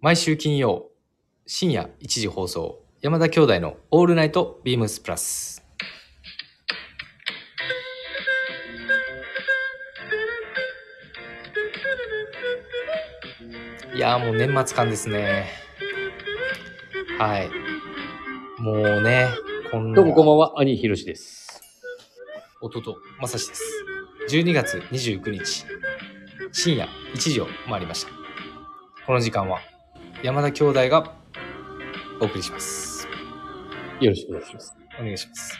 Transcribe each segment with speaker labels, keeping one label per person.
Speaker 1: 毎週金曜深夜1時放送山田兄弟の「オールナイトビームスプラス」いやーもう年末感ですねはいもうねこんな
Speaker 2: どうもこんばんは、兄ひろしです。
Speaker 1: 弟まさしです12月29日深夜1時を回りましたこの時間は山田兄弟がお送りします
Speaker 2: よろしくお願いします。
Speaker 1: お願いします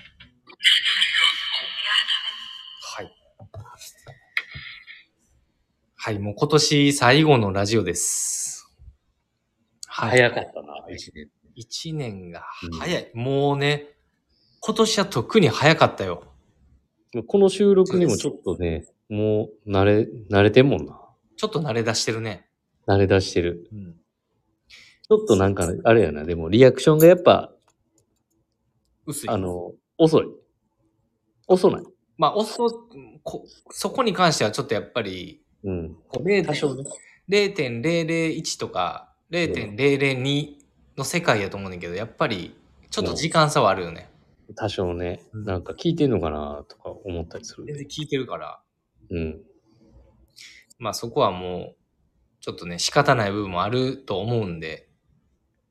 Speaker 1: はいはいもう今年最後のラジオですはい
Speaker 2: 早かったな、一年。
Speaker 1: 1年が早い、もうね今年は特に早かったよ
Speaker 2: この収録にもちょっとね、もう慣れ、慣れてんもんな。
Speaker 1: ちょっと慣れ出してるね、
Speaker 2: 慣れ出してる。
Speaker 1: うん、
Speaker 2: ちょっとなんか、あれやな、でもリアクションがやっぱ、
Speaker 1: 薄い
Speaker 2: あの、遅い。遅ない。
Speaker 1: まあ、遅こ、そこに関してはちょっとやっぱり、
Speaker 2: うん。
Speaker 1: こう0.0
Speaker 2: 多少ね。
Speaker 1: 0.001とか0.002の世界やと思うねんだけど、やっぱりちょっと時間差はあるよね。
Speaker 2: 多少ね、
Speaker 1: うん
Speaker 2: なんか聞いてんのかなとか思ったりす
Speaker 1: 全
Speaker 2: る。
Speaker 1: 然聞いてるから、
Speaker 2: うん。
Speaker 1: まあそこはもう、ちょっとね、仕方ない部分もあると思うんで、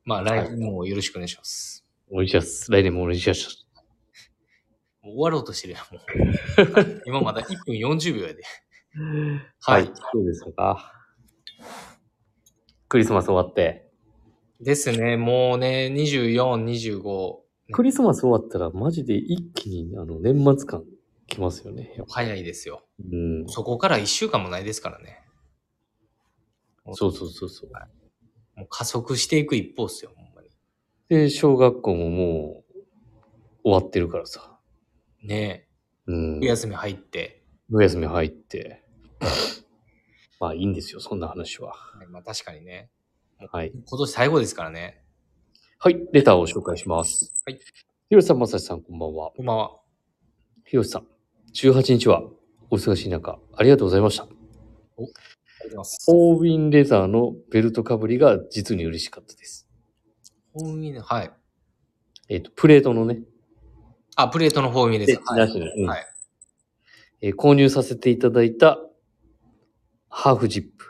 Speaker 1: まあ来年もよろしくお願いします。
Speaker 2: お願いします。来年もお願いします。
Speaker 1: もう終わろうとしてるやん、も う。今まだ1分40秒やで。はい。
Speaker 2: どうですかクリスマス終わって。
Speaker 1: ですね、もうね、24、25、
Speaker 2: クリスマス終わったらマジで一気にあの年末感来ますよね。やっぱ
Speaker 1: 早いですよ。
Speaker 2: うん。
Speaker 1: そこから1週間もないですからね。
Speaker 2: そうそうそうそう。
Speaker 1: もう加速していく一方っすよ、ほんまに。
Speaker 2: で、小学校ももう終わってるからさ。
Speaker 1: ね
Speaker 2: うん
Speaker 1: え、お。休み入って。
Speaker 2: お休み入って。 まあいいんですよ、そんな話は。
Speaker 1: まあ確かにね。
Speaker 2: はい。
Speaker 1: 今年最後ですからね。
Speaker 2: はい、レターを紹介します。
Speaker 1: はい。
Speaker 2: ひろしさん、まさしさん、こんばんは。
Speaker 1: こんばんは。
Speaker 2: ひろしさん、18日はお忙しい中、ありがとうございました。
Speaker 1: ありがとうございます。
Speaker 2: オーウィンレザーのベルトかぶりが実に嬉しかったです。
Speaker 1: 本意ね、はい。
Speaker 2: えっ、と、プレートのね、
Speaker 1: あ、プレートの方見です。は。
Speaker 2: ないしねうん
Speaker 1: はい
Speaker 2: えー購入させていただいたハーフジップ。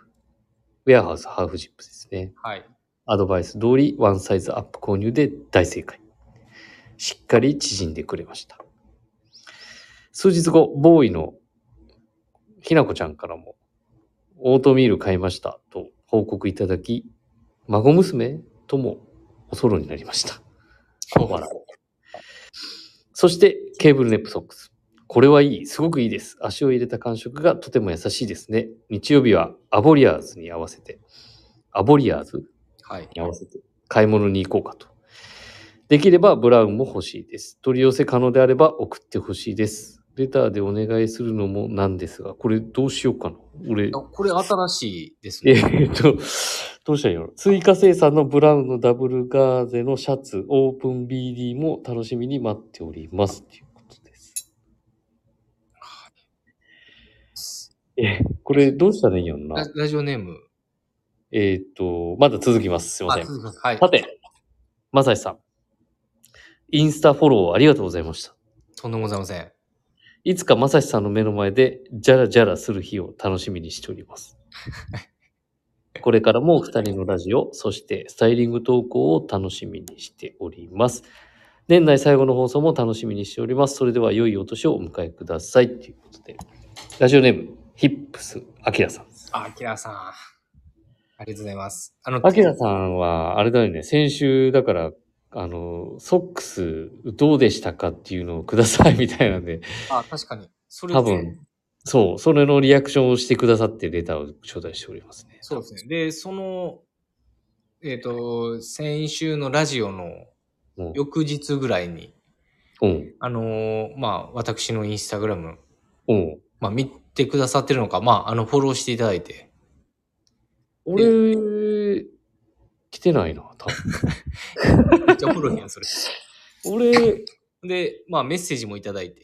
Speaker 2: ウェアハウスハーフジップですね。
Speaker 1: はい。
Speaker 2: アドバイス通りワンサイズアップ購入で大正解。しっかり縮んでくれました。数日後、ボーイのひなこちゃんからも、オートミール買いましたと報告いただき、孫娘ともおそろになりました。
Speaker 1: そう
Speaker 2: 笑そして、ケーブルネップソックス。これはいい。すごくいいです。足を入れた感触がとても優しいですね。日曜日はアボリアーズに合わせて、アボリアーズ
Speaker 1: はい。
Speaker 2: に合わせて買い物に行こうかと。できればブラウンも欲しいです。取り寄せ可能であれば送ってほしいです。レターでお願いするのもなんですが、これどうしようかな。俺
Speaker 1: あ、これ新しいです
Speaker 2: え
Speaker 1: ね。
Speaker 2: ーっと、どうしたらいいの追加生産のブラウンのダブルガーゼのシャツ、オープン BD も楽しみに待っております。ということです。え、これどうしたらいいんやん
Speaker 1: ラ
Speaker 2: な。
Speaker 1: ラジオネーム。
Speaker 2: えーっと、まだ続きます。すいま
Speaker 1: あ、
Speaker 2: せん。
Speaker 1: 続きますはい。
Speaker 2: さて、まさしさん。インスタフォローありがとうございました。
Speaker 1: とんでもございません。
Speaker 2: いつかまさしさんの目の前で、じゃらじゃらする日を楽しみにしております。これからもお二人のラジオ、そしてスタイリング投稿を楽しみにしております。年内最後の放送も楽しみにしております。それでは良いお年をお迎えください。ということで、ラジオネーム、ヒップス、アキラさん。
Speaker 1: あ、アキラさん。ありがとうございます。あの、
Speaker 2: アキラさんは、あれだよね、先週、だから、あの、ソックス、どうでしたかっていうのをくださいみたいなんで、
Speaker 1: あ、確かに。それ
Speaker 2: 多分、そう、それのリアクションをしてくださってレターを頂戴しておりますね。
Speaker 1: そうですね。で、その、えっ、と、先週のラジオの
Speaker 2: うん
Speaker 1: 翌日ぐらいに、
Speaker 2: うん。
Speaker 1: あのーまあ、私のインスタグラム、
Speaker 2: うん。
Speaker 1: まあ、見てくださってるのか、まあ、あの、フォローしていただいて、
Speaker 2: 俺、来てないな、多分。
Speaker 1: めっちゃおもろいやん、そ れ。
Speaker 2: 俺、
Speaker 1: で、まあ、メッセージもいただいて、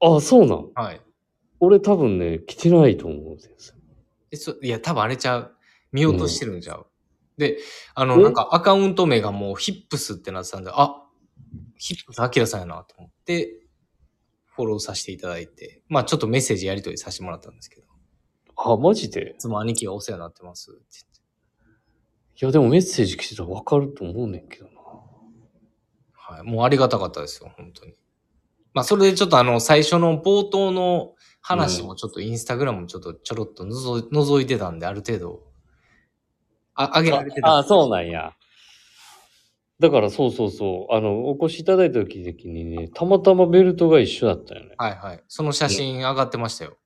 Speaker 2: あ、そうなん。
Speaker 1: はい。
Speaker 2: 俺多分ね、来てないと思うんですよ。
Speaker 1: でそいや、多分あれちゃう。見落としてるんちゃう。で、あの、
Speaker 2: お
Speaker 1: なんかアカウント名がもうヒップスってなってたんで、あ、ヒップスアキラさんやなと思って、フォローさせていただいて、まあちょっとメッセージやり取りさせてもらったんですけど、い
Speaker 2: あ、マジで
Speaker 1: つも兄貴がお世話になってますって言って。
Speaker 2: いや、でもメッセージ来てたらわかると思うねんけどな。
Speaker 1: はい。もうありがたかったですよ、本当に。まあそれでちょっとあの、最初の冒頭の話もちょっとインスタグラムもちょっとちょろっとのぞ覗いてたんで、ある程度、あ、あげられてた。
Speaker 2: ああ、そうなんや。だからそうそうそう。あの、お越しいただいた時にね、たまたまベルトが一緒だったよね。
Speaker 1: はいはい。その写真上がってましたよ。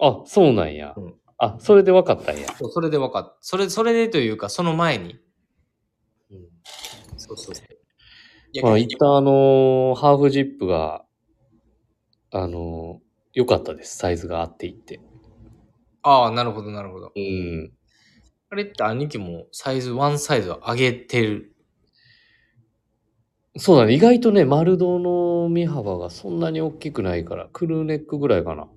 Speaker 2: あ、そうなんや。
Speaker 1: うん
Speaker 2: あ、それで分かったんや。
Speaker 1: そうそれで分かった。それ、それでというか、その前に。
Speaker 2: うん
Speaker 1: そうそうそう。いや
Speaker 2: まあ、一旦あのーハーフジップが、あのー良かったです。サイズが合っていって。
Speaker 1: ああ、なるほど、なるほど。
Speaker 2: うん。
Speaker 1: あれって兄貴もサイズ、ワンサイズ上げてる。
Speaker 2: そうだね。意外とね、丸胴の身幅がそんなに大きくないから、クルーネックぐらいかな。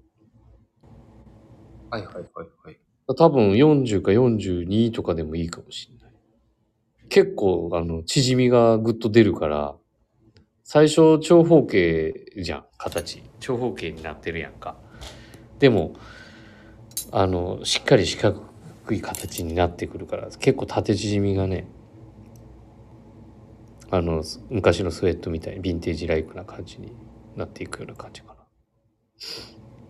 Speaker 1: はいはいはいはい。
Speaker 2: 多分40か42とかでもいいかもしれない。結構、あの、縮みがぐっと出るから、最初長方形じゃん、形。長方形になってるやんか。でも、あの、しっかり四角い形になってくるから、結構縦縮みがね、あの、昔のスウェットみたいにヴィンテージライクな感じになっていくような感じかな。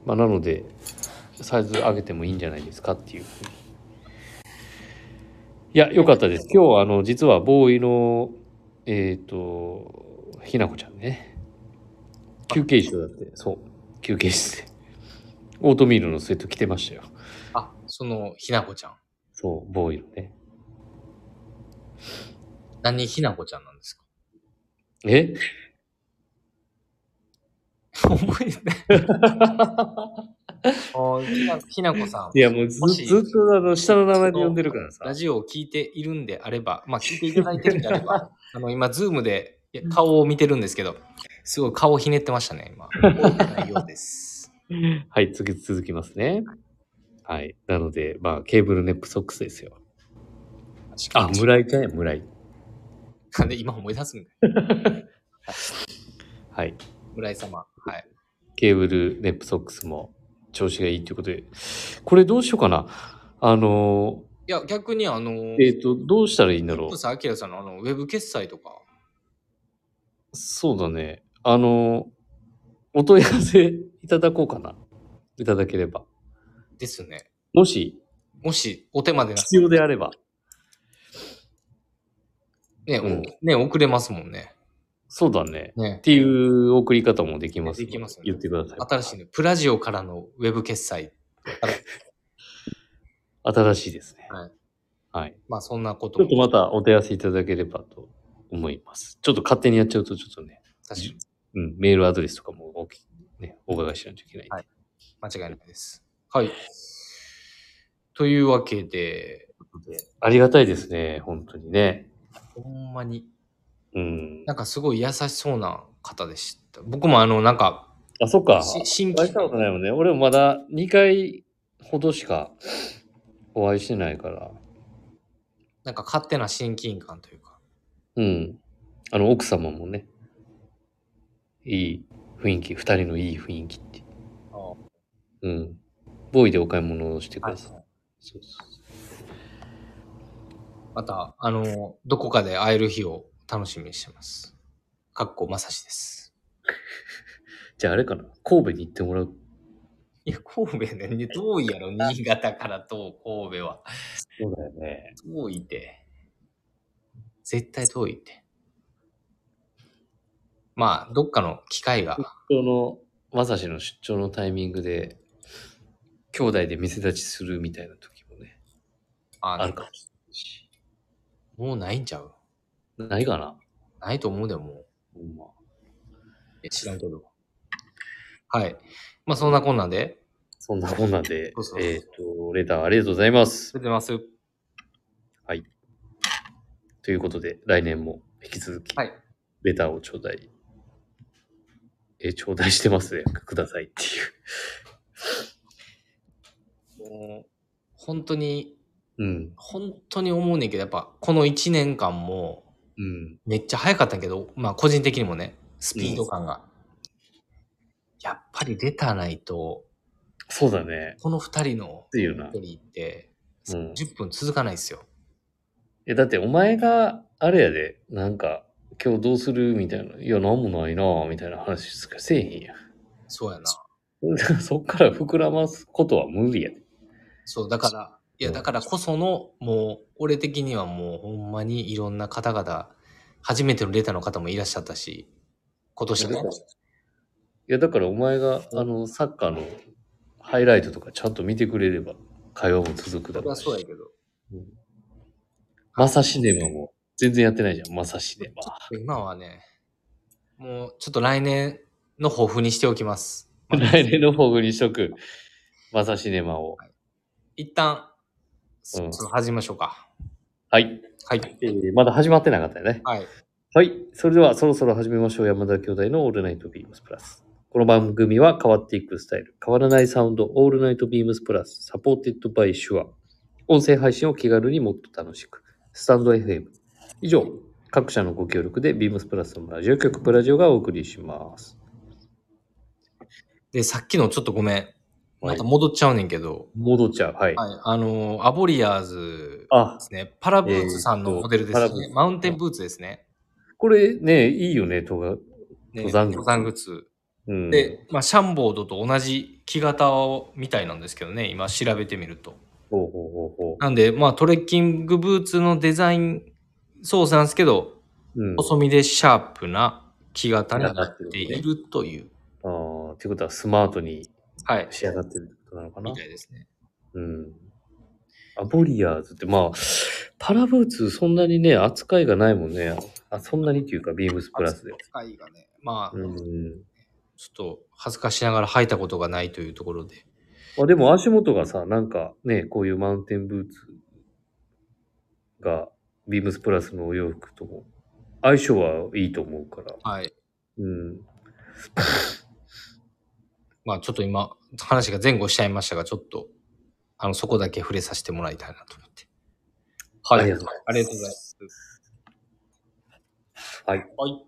Speaker 2: まあ、なので、サイズ上げてもいいんじゃないですかっていうふうに。いや、良かったです。今日は、あの、実は、ボーイの、えっ、と、ひなこちゃんね、休憩室だって、そう、休憩室で、オートミールのスウェット着てましたよ。
Speaker 1: あ、その、ひなこちゃん。
Speaker 2: そう、ボーイのね。
Speaker 1: 何ひなこちゃんなんですか
Speaker 2: え
Speaker 1: 覚えてない。 あーひなひなこさん。
Speaker 2: いや、もうず
Speaker 1: もし
Speaker 2: ずっと、あの、下の名前で呼んでるからさ
Speaker 1: ラ。ジオを聞いているんであれば、まあ聞いていただいてるんであれ ば、あの今、ズームでいや顔を見てるんですけど、すごい顔ひねってましたね、今。覚えてないようです。
Speaker 2: はい、次続きますね。はい。なので、まあ、ケーブルネップソックスですよ。あ、村井ちゃんや、村井。
Speaker 1: なんで今思い出すんだよ。
Speaker 2: はい。
Speaker 1: 村井様。はい。
Speaker 2: ケーブルネップソックスも調子がいいということで、これどうしようかな。あの、
Speaker 1: いや、逆にあの、
Speaker 2: えっ、と、どうしたらいいんだろ
Speaker 1: ポ
Speaker 2: う。
Speaker 1: さ、アキラさんのあの、ウェブ決済とか。
Speaker 2: そうだね。あの、お問い合わせ いただこうかな。いただければ。
Speaker 1: ですね。
Speaker 2: もし、
Speaker 1: もし、お手間でな、
Speaker 2: 必要であれば。
Speaker 1: ね、
Speaker 2: うん
Speaker 1: おね、遅れますもんね。
Speaker 2: そうだね。
Speaker 1: ね
Speaker 2: っ。ていう送り方もできますの。
Speaker 1: できますよね
Speaker 2: 言ってください。
Speaker 1: 新しいね。プラジオからのウェブ決済。
Speaker 2: 新しいですね。
Speaker 1: はい。
Speaker 2: はい。
Speaker 1: まあ、そんなこと
Speaker 2: ちょ
Speaker 1: も
Speaker 2: っとまたお問い合わせいただければと思います。ちょっと勝手にやっちゃうと、ちょっとね、
Speaker 1: 確かに
Speaker 2: うん、メールアドレスとかもおき、ね、お伺いしないといけないんで。
Speaker 1: はい間違いないです。はい。というわけで、
Speaker 2: ありがたいですね、本当にね。
Speaker 1: ほんまに、
Speaker 2: うん。
Speaker 1: なんかすごい優しそうな方でした。僕もあの、なんか、
Speaker 2: あ、そっか。
Speaker 1: し新
Speaker 2: お会
Speaker 1: 規
Speaker 2: いしたことないもんね。俺もまだ2回ほどしかお会いしてないから。
Speaker 1: なんか勝手な親近感というか。
Speaker 2: うん。あの、奥様もね、いい雰囲気、二人のいい雰囲気って。
Speaker 1: あ
Speaker 2: うん。ボーイでお買い物をしてください。そうそうそう
Speaker 1: また、あの、どこかで会える日を楽しみにしてます。かっこまさしです。
Speaker 2: じゃああれかな神戸に行ってもらう。
Speaker 1: いや、神戸ね、遠いやろ、新潟からと神戸は。
Speaker 2: そうだよね。
Speaker 1: 遠いって。絶対遠いって。まあ、どっかの機会が。
Speaker 2: 出張の、まさしの出張のタイミングで、兄弟で店立ちするみたいな時もね、あ
Speaker 1: あ
Speaker 2: るかもしれないし。
Speaker 1: もうないんちゃう
Speaker 2: ないかな
Speaker 1: ないと思うでもう。
Speaker 2: ほんま。
Speaker 1: え知らんけど。はい。まあ、そんなこんなんで。
Speaker 2: そんなこんなんで
Speaker 1: そうそ、う
Speaker 2: えっと、レターありがとうございます。
Speaker 1: 出てます。
Speaker 2: ということで、来年も引き続き、
Speaker 1: はい
Speaker 2: レターを頂戴。えー、頂戴してますね。くださいっていう。
Speaker 1: もう、本当に
Speaker 2: うん。
Speaker 1: 本当に思うねんけど、やっぱこの1年間も
Speaker 2: うん。
Speaker 1: めっちゃ早かったんやけど、まあ個人的にもね、スピード感が。やっぱりレターないと、
Speaker 2: そうだね。
Speaker 1: この2人の
Speaker 2: ついよな
Speaker 1: 距。離って
Speaker 2: うん。
Speaker 1: 10分続かないですよ。
Speaker 2: え、だってお前が、あれやで、なんか、今日どうするみたいな。いや、なんもないなぁみたいな話しかせえへんや
Speaker 1: そうやな。
Speaker 2: ん。 そっから膨らますことは無理やで。
Speaker 1: そう、だから、いや、だからこその、もう、俺的にはもう、ほんまにいろんな方々、初めてのレターの方もいらっしゃったし、今年ね。
Speaker 2: いや、だからお前が、あの、サッカーのハイライトとかちゃんと見てくれれば、会話も続くだ
Speaker 1: それ
Speaker 2: ろ
Speaker 1: は
Speaker 2: うし
Speaker 1: そうやけど。
Speaker 2: マサシネマも、全然やってないじゃん、マサシネマ。
Speaker 1: 今はね、もう、ちょっと来年の抱負にしておきます。まあ
Speaker 2: 来年のフォグにしとく、マサシネマを。
Speaker 1: 一旦、そ
Speaker 2: うん
Speaker 1: その始めましょうか。
Speaker 2: はい。
Speaker 1: はい。
Speaker 2: えーまだ始まってなかったよね。
Speaker 1: はい。
Speaker 2: はい。それではそろそろ始めましょう。山田兄弟のオールナイトビームスプラス。この番組は変わっていくスタイル。変わらないサウンド、オールナイトビームスプラス、サポーテッドバイシュア。音声配信を気軽にもっと楽しく。スタンド FM。以上、各社のご協力でビームスプラスのラジオ局プラジオがお送りします。
Speaker 1: で、さっきのちょっとごめん。
Speaker 2: は
Speaker 1: ま
Speaker 2: い
Speaker 1: た戻っちゃうねんけど、
Speaker 2: 戻っちゃう。はい。
Speaker 1: はい。あのー、アボリアーズ
Speaker 2: あ
Speaker 1: で、すね。パラブーツさん
Speaker 2: えー
Speaker 1: の
Speaker 2: と
Speaker 1: モデルで
Speaker 2: パラ
Speaker 1: す
Speaker 2: ブー
Speaker 1: ね。
Speaker 2: ツ
Speaker 1: マウンテンブーツですね。
Speaker 2: これね、いいよね、とが。
Speaker 1: ね
Speaker 2: 登山靴
Speaker 1: 登山靴。
Speaker 2: うん。
Speaker 1: で、まあ、シャンボードと同じ木型をみたいなんですけどね、今調べてみると。
Speaker 2: ほうほうほうほ
Speaker 1: なんで、まあ、トレッキングブーツのデザインソースなんですけど、
Speaker 2: う。うん。
Speaker 1: 細身でシャープな木型になっているという、
Speaker 2: あーってことはスマートに
Speaker 1: はい、
Speaker 2: 仕上がってるってことなのかな
Speaker 1: みたいですね。
Speaker 2: うん。アボリアーズって、まあ、パラブーツそんなにね、扱いがないもんね。あ、そんなにっていうか、ビームスプラスで。
Speaker 1: 扱いがね、まあ、
Speaker 2: う
Speaker 1: ちょ
Speaker 2: ん。
Speaker 1: っと恥ずかしながら履いたことがないというところで、
Speaker 2: まあでも足元がさ、なんかね、こういうマウンテンブーツが、ビームスプラスのお洋服とも相性はいいと思うから。
Speaker 1: はい。
Speaker 2: うん。
Speaker 1: まあ、ちょっと今、話が前後しちゃいましたが、ちょっと、あの、そこだけ触れさせてもらいたいなと思って。はい。
Speaker 2: ありがとうございます
Speaker 1: ありがとうございます。
Speaker 2: はい。
Speaker 1: はい。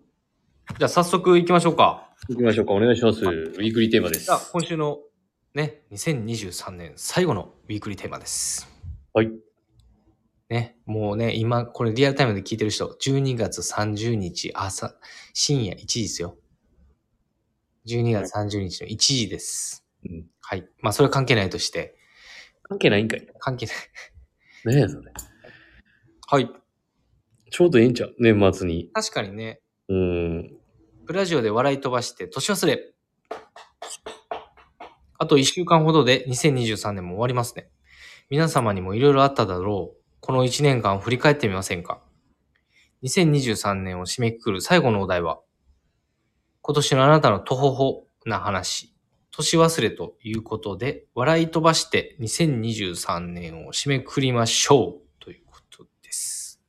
Speaker 1: じゃあ早速行きましょうか。
Speaker 2: 行きましょうか。お願いします。ウィークリーテーマです
Speaker 1: じゃあ。今週のね、2023年最後のウィークリーテーマです。
Speaker 2: はい。
Speaker 1: ね、もうね、今、これリアルタイムで聞いてる人、12月30日朝、深夜1時ですよ。12月30日の1時です。
Speaker 2: うん
Speaker 1: はい。まあそれは関係ないとして、
Speaker 2: 関係ないんかい。
Speaker 1: 関係ない。
Speaker 2: ねえ、それ。
Speaker 1: はい。
Speaker 2: ちょうどええんちゃう年末に。
Speaker 1: 確かにね、
Speaker 2: うん。
Speaker 1: プラジオで笑い飛ばして年忘れ。あと1週間ほどで2023年も終わりますね。皆様にもいろいろあっただろう。この1年間を振り返ってみませんか ?2023 年を締めくくる最後のお題は、今年のあなたのとほほな話、年忘れということで、笑い飛ばして2023年を締めくくりましょうということです。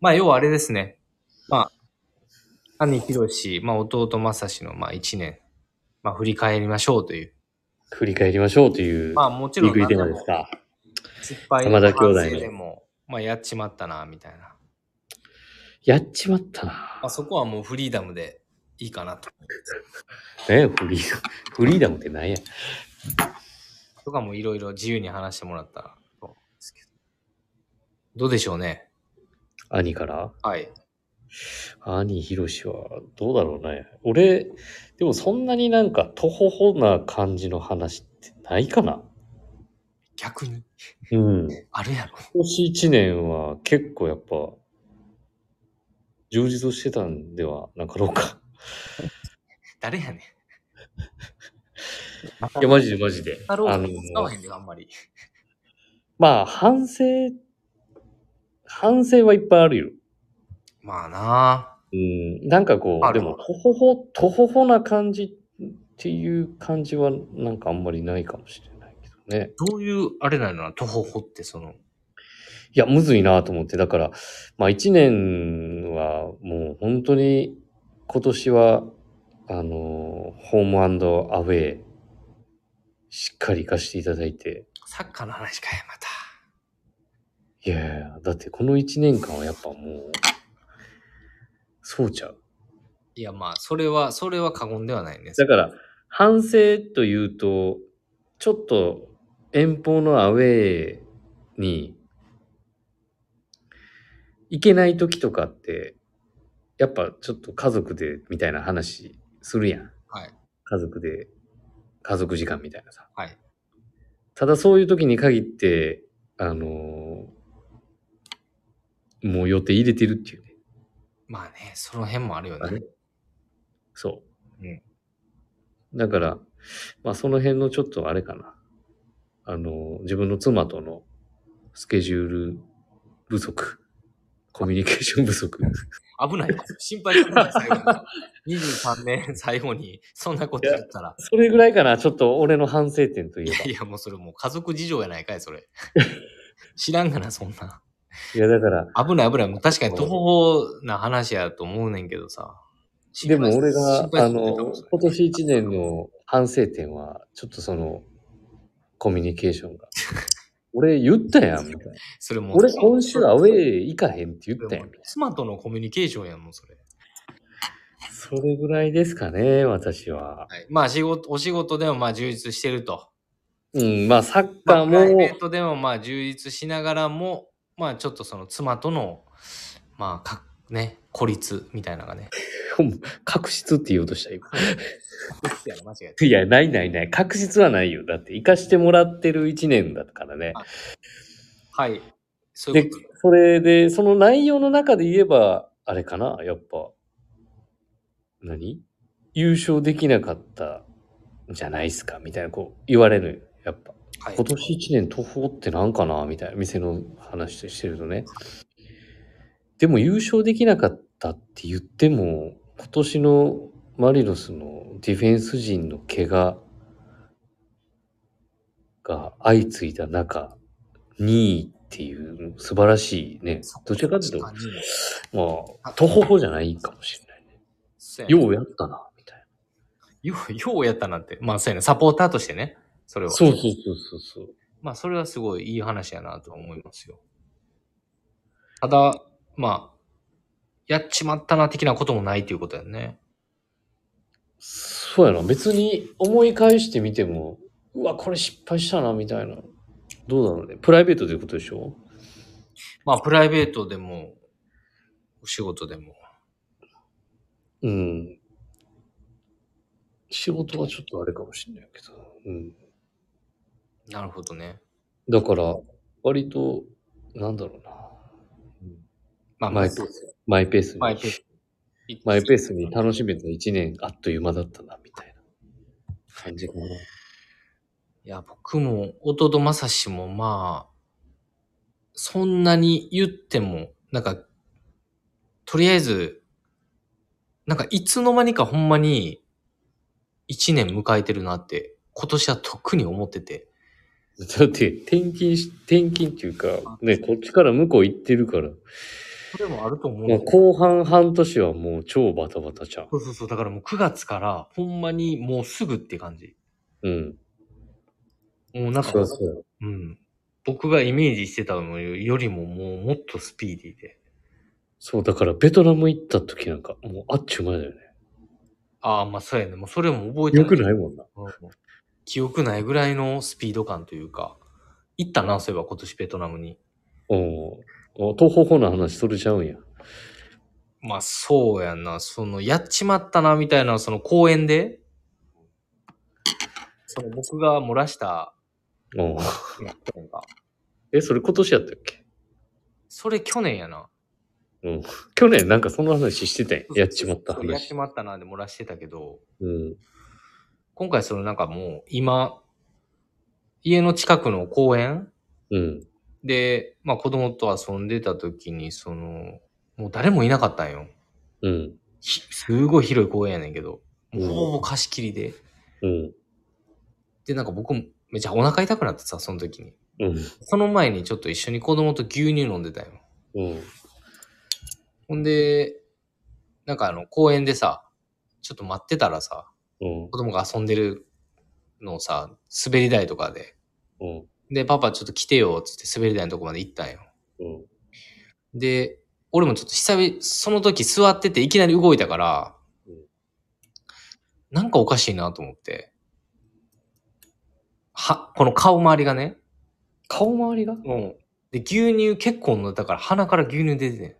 Speaker 1: まあ、要はあれですね。兄ひろし、まあ、弟まさしの、まあ、一年、まあ、振り返りましょうという。
Speaker 2: 振り返りましょうという、
Speaker 1: まあ、もち
Speaker 2: ウィ
Speaker 1: ろ
Speaker 2: ー
Speaker 1: ん、
Speaker 2: クリーテーマ
Speaker 1: 何でも
Speaker 2: ですか。
Speaker 1: 失敗
Speaker 2: 山田兄弟の
Speaker 1: 反省でも、まあ、やっちまったな、みたいな。
Speaker 2: やっちまったな。
Speaker 1: まあ、そこはもうフリーダムでいいかなと。
Speaker 2: ねフリーダム。フリーダムってなんや。
Speaker 1: とかもいろいろ自由に話してもらったらと思うんですけど。どうでしょうね。
Speaker 2: 兄から
Speaker 1: はい。
Speaker 2: 兄、ひろしは、どうだろうね。俺、でもそんなになんか、とほほな感じの話ってないかな。
Speaker 1: 逆に、
Speaker 2: うん。今
Speaker 1: あるやろ。
Speaker 2: 年一年は結構やっぱ、充実してたんではなかろうか。
Speaker 1: 誰やねん。
Speaker 2: いや、マジでマジで。
Speaker 1: だろう
Speaker 2: あの、
Speaker 1: 使わへんで、あんまり。
Speaker 2: まあ、反省、反省はいっぱいあるよ。
Speaker 1: まあな
Speaker 2: うん、なんかこ
Speaker 1: あ
Speaker 2: う、
Speaker 1: る
Speaker 2: でも、とほほ、とほほな感じっていう感じは、なんかあんまりないかもしれないけどね。
Speaker 1: どういう、あれなのとほほって、その、
Speaker 2: いや、むずいなと思って、だから、まあ一年はもう本当に、今年は、あのー、ホームアウェイ、しっかり行かせていただいて、
Speaker 1: サッカーの話かよ、また。
Speaker 2: いやいや、だってこの1年間はやっぱもう、そうちゃう。
Speaker 1: いや、まあ、それは、それは過言ではないね。
Speaker 2: だから、反省というと、ちょっと遠方のアウェーに行けない時とかって、やっぱちょっと家族でみたいな話するやん。
Speaker 1: はい。
Speaker 2: 家族で、家族時間みたいなさ。
Speaker 1: はい。
Speaker 2: ただそういう時に限って、あのーもう予定入れてるっていうね。
Speaker 1: まあね、その辺もあるよ
Speaker 2: あれ
Speaker 1: ね。
Speaker 2: そう。
Speaker 1: うん
Speaker 2: だから、まあその辺のちょっとあれかな。あの、自分の妻とのスケジュール不足。コミュニケーション不足。
Speaker 1: 危ない。心配するな、最後に。23年最後に、そんなこと言ったら。
Speaker 2: それぐらいかな、ちょっと俺の反省点といえ
Speaker 1: い
Speaker 2: ば
Speaker 1: や。いや、もうそれもう家族事情やないかい、それ。知らんがな、そんな。
Speaker 2: いや、だから、
Speaker 1: 危ない、危ない。もう確かに途方な話やと思うねんけどさ。
Speaker 2: でも俺が
Speaker 1: 心、配
Speaker 2: あ
Speaker 1: する
Speaker 2: の、今年1年。の反省点は、ちょっとその、コミュニケーションが。俺言ったやん、み たいな。
Speaker 1: それもう
Speaker 2: 俺今週アウェー行かへんって言ったやん。
Speaker 1: 妻とのコミュニケーションやんもん、それ。
Speaker 2: それぐらいですかね、私は。
Speaker 1: はい、まあ仕事、お仕事でもまあ充実してると。
Speaker 2: うん、まあサッ
Speaker 1: ま
Speaker 2: カー
Speaker 1: あ、プライベ
Speaker 2: も
Speaker 1: ー、トでもまあ充実しながらも、まあちょっとその妻との、まあか、ね、孤立みたいなのがね。
Speaker 2: 確執って言おうとした今。
Speaker 1: いや間違え
Speaker 2: いや、ないないない。確執はないよ。だって、生かしてもらってる一年だからね。
Speaker 1: た。はい。そういう
Speaker 2: で
Speaker 1: こと。、
Speaker 2: それで、その内容の中で言えば、あれかなやっぱ、何優勝できなかったんじゃないっすかみたいな、こう、言われるよ。やっぱ。
Speaker 1: はい
Speaker 2: 今年一年途方ってなんかなみたいな店の話としてるとね。でも優勝できなかったって言っても、今年のマリノスのディフェンス陣の怪我が相次いだ中、2位っていう素晴らしいね。どちらかというと、
Speaker 1: 感じね
Speaker 2: まあ、途方じゃないかもしれないね。
Speaker 1: そうやね
Speaker 2: ようやったな、みたいな。
Speaker 1: よう、ようやったなんて。まあそうやね。サポーターとしてね。それは。
Speaker 2: そうそうそうそうそう。
Speaker 1: まあそれはすごいいい話やなとは思いますよ。ただ、まあ、やっちまったな的なこともないということやね。
Speaker 2: そうやな。別に思い返してみても、うわ、これ失敗したな、みたいな。どうだろうね。プライベートということでしょ
Speaker 1: まあプライベートでも、お仕事でも。
Speaker 2: うん。仕事はちょっとあれかもしれないけど。うん。
Speaker 1: なるほどね。
Speaker 2: だから、割と、なんだろうな。
Speaker 1: まあ、
Speaker 2: マイペース。マイペースに。
Speaker 1: マイペース。
Speaker 2: マイペースに楽しめた一年、あっという間だったな、みたいな感じかな。
Speaker 1: いや、僕も、弟正志も、まあ、そんなに言っても、なんか、とりあえず、なんか、いつの間にかほんまに、一年迎えてるなって、今年は特に思ってて。
Speaker 2: だって、転勤し、転勤っていうか、ね、こっちから向こう行ってるから、
Speaker 1: それもあると思う
Speaker 2: まあ、
Speaker 1: んだよ
Speaker 2: 後半半年はもう超バタバタちゃう。
Speaker 1: そうそうそう。だからもう9月から、ほんまにもうすぐって感じ。
Speaker 2: うん。
Speaker 1: もうなんか、
Speaker 2: そうそう。
Speaker 1: うん。僕がイメージしてたのよりももうもっとスピーディーで。
Speaker 2: そう、だからベトナム行った時なんか、もうあっちゅう前だよね。
Speaker 1: ああ、まあそうやね。もうそれも覚えて
Speaker 2: よくないもんな。
Speaker 1: うん記憶ないぐらいのスピード感というか、行ったな、そういえば今年ベトナムに。
Speaker 2: おお東方法の話それちゃうんや。
Speaker 1: まあそうやんな、その、やっちまったな、みたいな、その公園で、その僕が漏らした、
Speaker 2: おう
Speaker 1: 去年か
Speaker 2: え、それ今年やったっけ
Speaker 1: それ去年やな。
Speaker 2: 去年なんかその話してたやん。やっちまった
Speaker 1: そうやっち
Speaker 2: 話。
Speaker 1: まったな、で漏らしてたけど、
Speaker 2: うん。
Speaker 1: 今回そのなんかもう、今、家の近くの公園
Speaker 2: うん。
Speaker 1: で、まあ子供と遊んでた時に、その、もう誰もいなかったんよ。
Speaker 2: うん。
Speaker 1: ひすごい広い公園やねんけど、もう
Speaker 2: うん
Speaker 1: ほぼ貸し切りで。
Speaker 2: うん。
Speaker 1: で、なんか僕もめっちゃお腹痛くなってさ、その時に。
Speaker 2: うん。
Speaker 1: その前にちょっと一緒に子供と牛乳飲んでたよ。
Speaker 2: うん。
Speaker 1: ほんで、なんかあの公園でさ、ちょっと待ってたらさ、
Speaker 2: うん
Speaker 1: 子供が遊んでるのをさ、滑り台とかで。
Speaker 2: うん。
Speaker 1: で、パパちょっと来てよ、つって滑り台のとこまで行ったんよ。
Speaker 2: うん。
Speaker 1: で、俺もちょっと久々、その時座ってていきなり動いたから
Speaker 2: うん、
Speaker 1: なんかおかしいなと思って。は、この顔周りがね。
Speaker 2: 顔周りが
Speaker 1: うん。で、牛乳結構飲んだから鼻から牛乳出てて。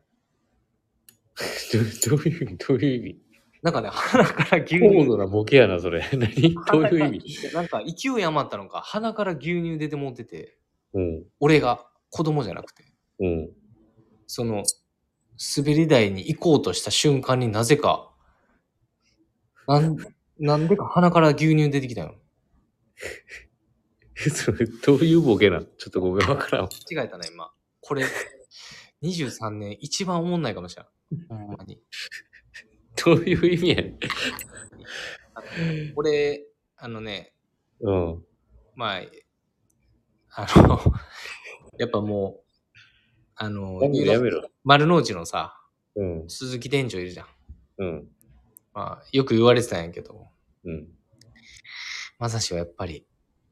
Speaker 2: どうどういう意味どういう意
Speaker 1: なんかね、鼻から牛
Speaker 2: 味高
Speaker 1: 乳。
Speaker 2: 度なボケやな、それ。何どういう意味
Speaker 1: なんか勢い余ったのか、鼻から牛乳出て持ってて、
Speaker 2: うん。
Speaker 1: 俺が子供じゃなくて、
Speaker 2: うん。
Speaker 1: その、滑り台に行こうとした瞬間になぜか、なん、なんでか鼻から牛乳出てきたの。
Speaker 2: えそれ、どういうボケなんちょっとごめん、わからん。
Speaker 1: 間違えたな、今。これ、23年一番おもんないかもしれん。ほんまに。
Speaker 2: どういう意味やねん。
Speaker 1: あの俺、あのね、
Speaker 2: うん。
Speaker 1: まあ、あの、 やっぱもう、あの、
Speaker 2: 何もやめろ。
Speaker 1: 丸の内のさ、
Speaker 2: うん。
Speaker 1: 鈴木店長いるじゃん。
Speaker 2: うん。
Speaker 1: まあ、よく言われてたんやけど、
Speaker 2: うん。
Speaker 1: まさしはやっぱり、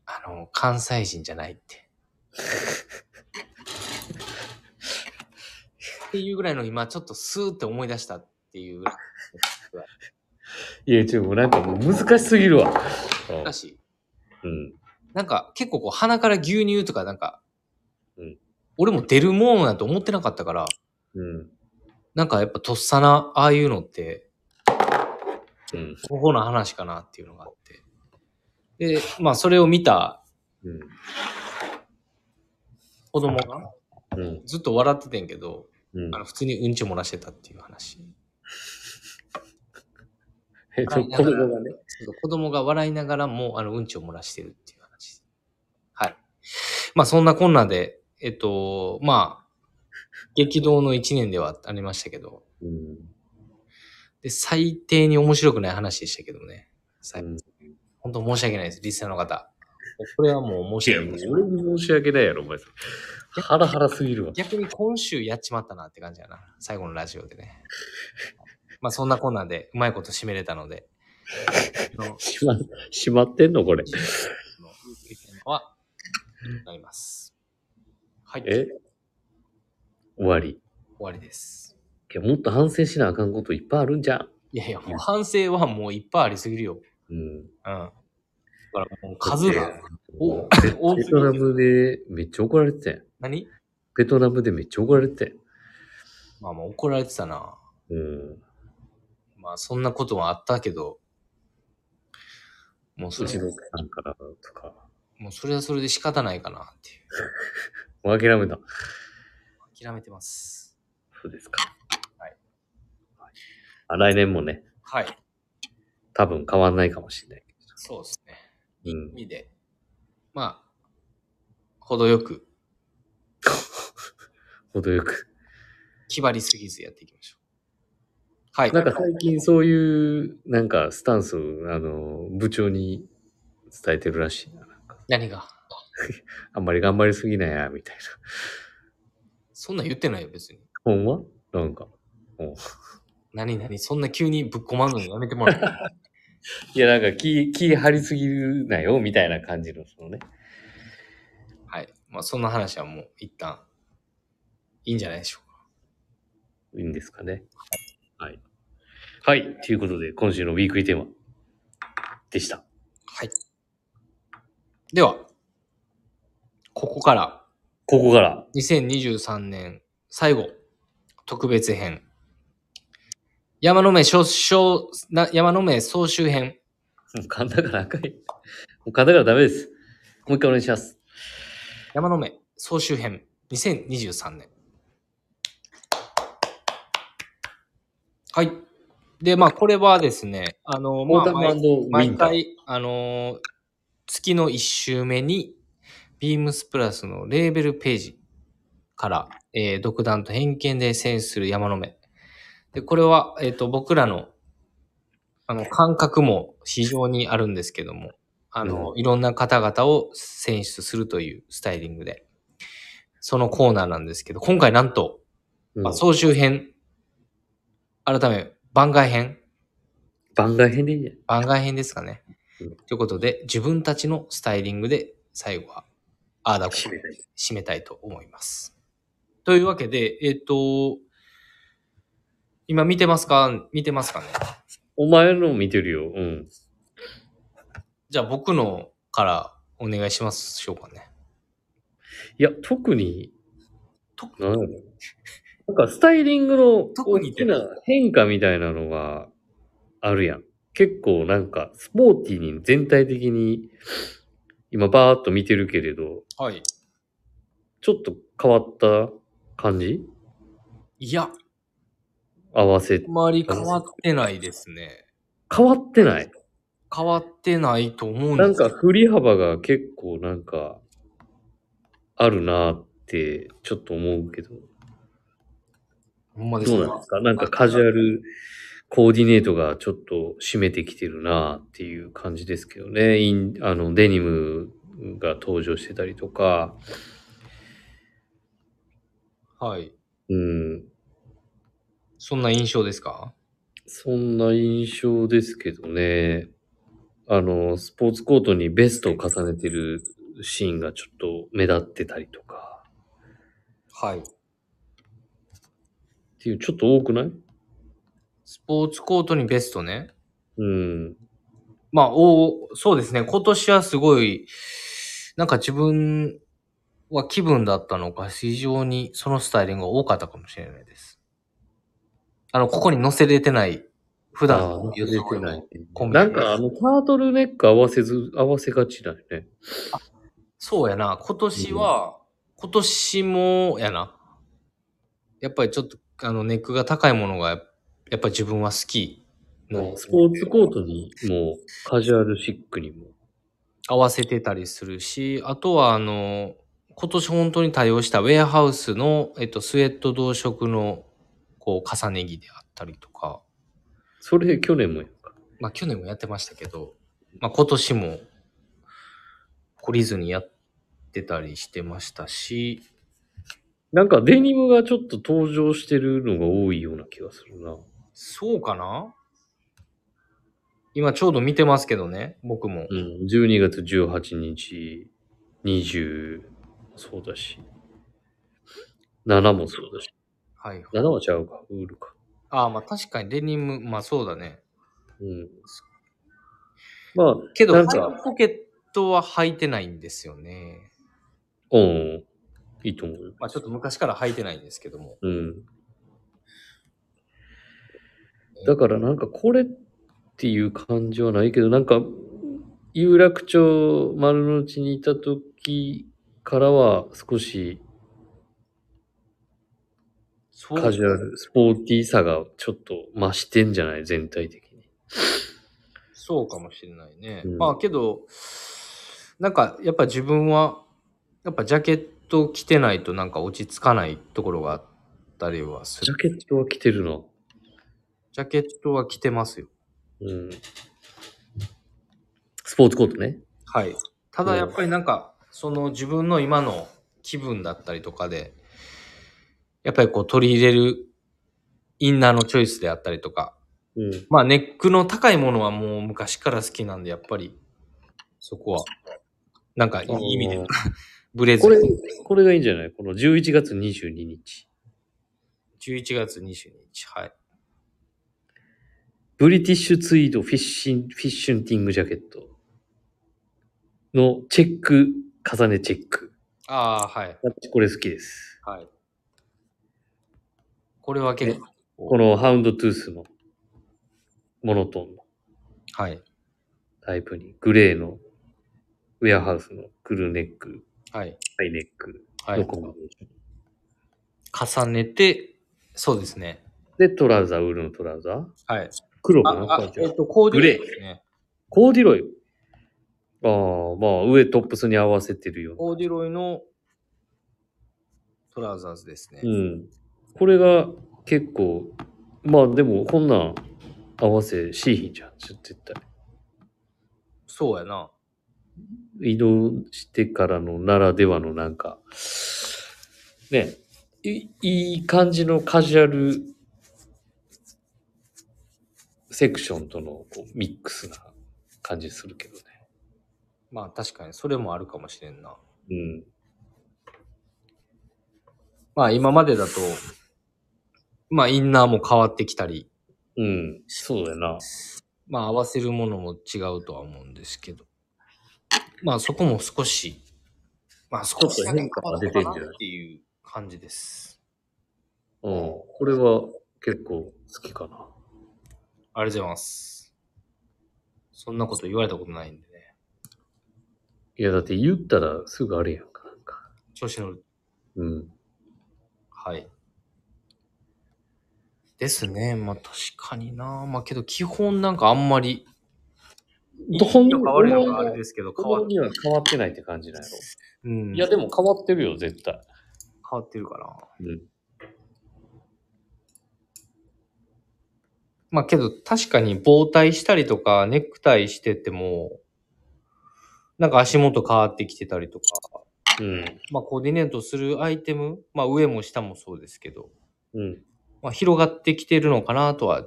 Speaker 1: あの、関西人じゃないって。っていうぐらいの今、ちょっとスーって思い出したっていうぐらい。
Speaker 2: いや、ちょ、もうなんかもう難しすぎるわ。
Speaker 1: だし、
Speaker 2: うん。
Speaker 1: なんか結構こう鼻から牛乳とかなんか、
Speaker 2: うん
Speaker 1: 俺も出るもんなんて思ってなかったから、
Speaker 2: うん。
Speaker 1: なんかやっぱとっさな、ああいうのって、
Speaker 2: うん。
Speaker 1: ここの話かなっていうのがあって。で、まあそれを見た
Speaker 2: うん。
Speaker 1: 子供が
Speaker 2: うん。
Speaker 1: ずっと笑っててんけど、
Speaker 2: うん
Speaker 1: あ。の普通にうんち漏らしてたっていう話。
Speaker 2: え、ちょ、子供がね。
Speaker 1: そう子供が笑いながらも、あの、うんちを漏らしてるっていう話。はい。まあ、そんなこんなで、えっと、まあ、激動の一年ではありましたけど、
Speaker 2: うん。
Speaker 1: で、最低に面白くない話でしたけどね。最
Speaker 2: うん
Speaker 1: 本当申し訳ないです、リスナーの方。これはもう申
Speaker 2: い
Speaker 1: し
Speaker 2: や、
Speaker 1: 訳
Speaker 2: も
Speaker 1: な
Speaker 2: う
Speaker 1: い。
Speaker 2: 俺に申し訳ないやろ、お前。ハラハラすぎるわ。
Speaker 1: 逆に今週やっちまったなって感じやな。最後のラジオでね。まあ、そんなこんなで、うまいこと締めれたの で。あの
Speaker 2: しま、しまってんのこれ。
Speaker 1: の意見は、なります。はい。
Speaker 2: え終わり。
Speaker 1: 終わりです。
Speaker 2: いやもっと反省しなあかんこといっぱいあるんじゃん。
Speaker 1: いやいや、もう反省はもういっぱいありすぎるよ。うん。
Speaker 2: うん。
Speaker 1: だからもう数
Speaker 2: だっ
Speaker 1: が
Speaker 2: て
Speaker 1: お多
Speaker 2: ベ
Speaker 1: す
Speaker 2: トナ
Speaker 1: ぎる。
Speaker 2: ムでめっちゃ怒られてたやん。
Speaker 1: 何
Speaker 2: ベトナムでめっちゃ怒られてたやん。
Speaker 1: まあまあ怒られてたな。
Speaker 2: うん。
Speaker 1: まあそんなことはあったけど、もうそう
Speaker 2: ち
Speaker 1: れ
Speaker 2: の奥さんからとか。
Speaker 1: もうそれはそれで仕方ないかなっていう。
Speaker 2: もう諦めた。
Speaker 1: 諦めてます。
Speaker 2: そうですか。
Speaker 1: はい
Speaker 2: あ。来年もね、
Speaker 1: はい。
Speaker 2: 多分変わんないかもしれない。
Speaker 1: そうですね。
Speaker 2: うん。
Speaker 1: 意味で。まあ、程よく、
Speaker 2: 程よく。
Speaker 1: 気張りすぎずやっていきましょう。はい。
Speaker 2: なんか最近そういう、なんかスタンスを、あの、部長に伝えてるらしいな。なんか
Speaker 1: 何が
Speaker 2: あんまり頑張りすぎないや、みたい
Speaker 1: そんなん言ってないよ、別に。
Speaker 2: な。ほんまなんか。
Speaker 1: 何何そんな急にぶっこまんのやめてもら って。
Speaker 2: いや、なんか気、気張りすぎるなよ、みたいな感じの、そのね。
Speaker 1: はい。まあ、そんな話はもう一旦、いいんじゃないでしょうか。
Speaker 2: いいんですかね。はい。はい。ということで、今週のウィークリーテーマでした。
Speaker 1: はい。では、ここから、
Speaker 2: ここから、
Speaker 1: 2023年最後、特別編。山の目少少な山の目総集編。
Speaker 2: もう噛んだから赤い。もう噛んだからダメです。もう一回お願いします。
Speaker 1: 山の目総集編2023年。はい。で、まあ、これはですね、あの、
Speaker 2: オ
Speaker 1: ま
Speaker 2: ー
Speaker 1: あ、
Speaker 2: タムウ
Speaker 1: 毎
Speaker 2: ィ
Speaker 1: 毎
Speaker 2: ンター。
Speaker 1: 回、あのー月の1週目に、ビームスプラスのレーベルページから、えー独断と偏見で選出する山の目。で、これは、えっ、と、僕らの、あの、感覚も非常にあるんですけども、あの、
Speaker 2: う
Speaker 1: いろんな方々を選出するというスタイリングで、そのコーナーなんですけど、今回なんと、
Speaker 2: うん
Speaker 1: まあ、総集編、改め、番外編、
Speaker 2: 番外編でいいや。
Speaker 1: 番外編ですかね
Speaker 2: うん。
Speaker 1: ということで、自分たちのスタイリングで最後は、ああだこうだ
Speaker 2: 締めたい。
Speaker 1: 締めたいと思います。とというわけで、えっ、と、今見てますか見てますかね
Speaker 2: お前の見てるよ。うん。
Speaker 1: じゃあ僕のからお願いしますしょうかね。
Speaker 2: いや、特に、
Speaker 1: 特
Speaker 2: なんやろなんかスタイリングの
Speaker 1: 特
Speaker 2: 大
Speaker 1: にっ
Speaker 2: き
Speaker 1: て
Speaker 2: な変化みたいなのがあるやん。結構なんかスポーティーに全体的に今バーっと見てるけれど、
Speaker 1: はい。
Speaker 2: ちょっと変わった感じ
Speaker 1: いや、
Speaker 2: 合わせ
Speaker 1: あ、まり変わってないですね。
Speaker 2: 変わってない。
Speaker 1: 変わってないと思うん
Speaker 2: な
Speaker 1: で
Speaker 2: ん
Speaker 1: す
Speaker 2: か
Speaker 1: よ。
Speaker 2: 振り幅が結構なんかあるなーってちょっと思うけど。
Speaker 1: ほんまです
Speaker 2: どうなん
Speaker 1: か
Speaker 2: ですかなんかカジュアルコーディネートがちょっと締めてきてるなっていう感じですけどね。インあのデニムが登場してたりとか、
Speaker 1: はい。
Speaker 2: うん、
Speaker 1: そんな印象ですか
Speaker 2: そんな印象ですけどね。あの、スポーツコートにベストを重ねてるシーンがちょっと目立ってたりとか、
Speaker 1: はい。
Speaker 2: っていうちょっと多くない
Speaker 1: スポーツコートにベストね。
Speaker 2: うん。
Speaker 1: まあ、おそうですね。今年はすごい、なんか自分は気分だったのか、非常にそのスタイリングが多かったかもしれないです。あの、ここに載せれてない、普段
Speaker 2: あー
Speaker 1: の装いの。コンビニ
Speaker 2: なんかあのタートルネック合わせず、合わせがちだよね。
Speaker 1: そうやな。今年は、今年もやな。やっぱりちょっと、あの、ネックが高いものが、やっぱり自分は好きの。
Speaker 2: スポーツコートにも、カジュアルシックにも。
Speaker 1: 合わせてたりするし、あとはあの、今年本当に多用したウェアハウスの、えっと、スウェット同色の、こう、重ね着であったりとか、
Speaker 2: それ去年もやんか。
Speaker 1: まあ去年もやってましたけど、まあ今年も懲りずにやってたりしてましたし、
Speaker 2: なんかデニムがちょっと登場してるのが多いような気がするな。
Speaker 1: そうかな今ちょうど見てますけどね、僕も。
Speaker 2: うん。12月18日、20、そうだし。7もそうだし。
Speaker 1: はい。
Speaker 2: 7はちゃうか、ウールか。
Speaker 1: ああ、まあ確かにデニム、まあそうだね。
Speaker 2: うん。まあ、
Speaker 1: けど、
Speaker 2: なん
Speaker 1: ハイ
Speaker 2: か、
Speaker 1: ポケットは履いてないんですよね。
Speaker 2: うん。いいと思うよ。
Speaker 1: まあちょっと昔から履いてないんですけども。
Speaker 2: うん。だからなんかこれっていう感じはないけど、なんか有楽町丸の内にいた時からは少し
Speaker 1: そう
Speaker 2: カジュアル、スポーティーさがちょっと増してんじゃない全体的に。
Speaker 1: そうかもしれないね。
Speaker 2: うん
Speaker 1: まあけど、なんかやっぱ自分は、やっぱジャケット着てないとなんか落ち着かないところがあったりはす
Speaker 2: ジャ
Speaker 1: る。
Speaker 2: ケットは着てるの。
Speaker 1: ジャケットは着てますよ。
Speaker 2: うん。スポーツコートね。
Speaker 1: はい。ただやっぱりなんか、その自分の今の気分だったりとかで、やっぱりこう取り入れるインナーのチョイスであったりとか、
Speaker 2: うん。
Speaker 1: まあネックの高いものはもう昔から好きなんで、やっぱりそこは、なんかいい意味でブレず
Speaker 2: これ
Speaker 1: に、
Speaker 2: これがいいんじゃないこの11月22日。
Speaker 1: 11月22日、はい。
Speaker 2: ブリティッシュツイードフィッシン、フィッシュンティングジャケットのチェック、重ねチェック。
Speaker 1: ああ、はい、
Speaker 2: 私これ好きです。
Speaker 1: はい。これは結構、
Speaker 2: このハウンドトゥースのモノトーンの
Speaker 1: はい、
Speaker 2: タイプに、グレーのウェアハウスのクルーネック、
Speaker 1: はい、
Speaker 2: ハイネック
Speaker 1: は
Speaker 2: の
Speaker 1: い。
Speaker 2: コンビネーション
Speaker 1: 重ねて、そうですね。
Speaker 2: で、トラウザー、ウールのトラウザー。
Speaker 1: はい。
Speaker 2: 黒
Speaker 1: あ
Speaker 2: かなこう
Speaker 1: あ
Speaker 2: やっ、て
Speaker 1: えっと、コーディネートですね。
Speaker 2: コーディロイ。ああ、まあ、上トップスに合わせてるような
Speaker 1: コーディロイのトラウザーズですね。
Speaker 2: うん。これが結構、まあでもこんなん合わせしいひんじゃん、絶対。
Speaker 1: そうやな。
Speaker 2: 移動してからのならではのなんか、ね、いいい感じのカジュアルセクションとのこうミックスな感じするけどね。
Speaker 1: まあ確かに、それもあるかもしれんな。
Speaker 2: うん。
Speaker 1: まあ今までだと、まあインナーも変わってきたり、
Speaker 2: うん。そうだよな。
Speaker 1: まあ合わせるものも違うとは思うんですけど、まあそこも少し、まあ少しだけ
Speaker 2: 変化が出てんじゃない
Speaker 1: 変わったかなっていう感じです。
Speaker 2: うん。これは結構好きかな。
Speaker 1: ありがとうございます。そんなこと言われたことないんでね。
Speaker 2: いや、だって言ったらすぐあれやんか、なんか。
Speaker 1: 調子乗る。
Speaker 2: うん。
Speaker 1: はい。ですね。まあ確かにな。まあけど基本なんかあんまり、
Speaker 2: どん
Speaker 1: 変わるのがあれですけど、
Speaker 2: 子
Speaker 1: 変わ
Speaker 2: 供
Speaker 1: っ
Speaker 2: には変わってないって感じなんやろ。
Speaker 1: うん、
Speaker 2: いや、
Speaker 1: 変
Speaker 2: でも変わってるよ、絶対。
Speaker 1: わってるかな。
Speaker 2: うん。
Speaker 1: まあけど確かに防体したりとかネクタイしてても、なんか足元変わってきてたりとか、
Speaker 2: うん。
Speaker 1: まあコーディネートするアイテム、まあ上も下もそうですけど、
Speaker 2: うん。
Speaker 1: まあ広がってきてるのかなとは、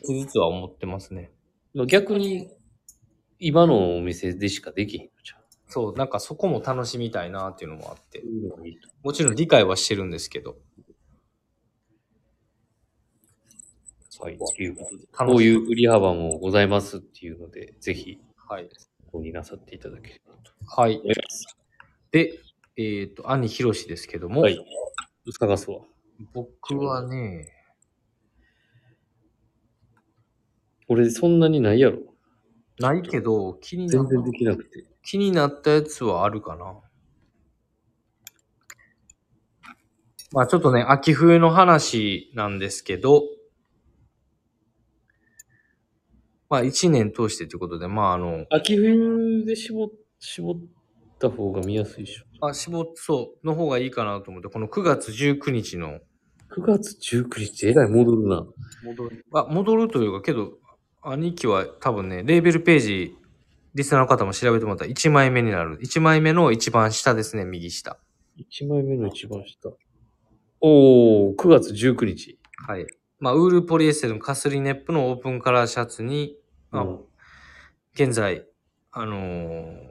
Speaker 1: 少しずつは思ってますね。
Speaker 2: まあ逆に、今のお店でしかできへんのじゃ
Speaker 1: そう、なんかそこも楽しみたいなっていうのもあって、
Speaker 2: ん。いいと
Speaker 1: もちろん理解はしてるんですけど、
Speaker 2: はい。っていうことで。
Speaker 1: 楽し
Speaker 2: こういう売り幅もございますっていうので、ぜひ、
Speaker 1: はい。
Speaker 2: ごになさっていただければと
Speaker 1: はい。
Speaker 2: 思います。
Speaker 1: で、えっ、と、兄ひろしですけども、
Speaker 2: はい。探すわ。
Speaker 1: 僕はね、
Speaker 2: 俺、そんなにないやろ。
Speaker 1: ないけど、気にな
Speaker 2: 全然できなくて。
Speaker 1: 気になったやつはあるかな。まあちょっとね、秋冬の話なんですけど、まあ一年通してということで、まああの、
Speaker 2: 秋冬で絞絞った方が見やすいでしょ。
Speaker 1: あ、絞っそう、の方がいいかなと思って、この9月19日の、
Speaker 2: 9月19日、えらい戻るな。
Speaker 1: 戻る。あ、戻るというか、けど、兄貴は多分ね、レーベルページ、リスナーの方も調べてもらったら1枚目になる。1枚目の一番下ですね、右下。
Speaker 2: 1枚目の一番下。おー、9月19日。
Speaker 1: はい。まあ、ウールポリエステルのカスリネップのオープンカラーシャツに、まあ
Speaker 2: うん
Speaker 1: 現在、あのー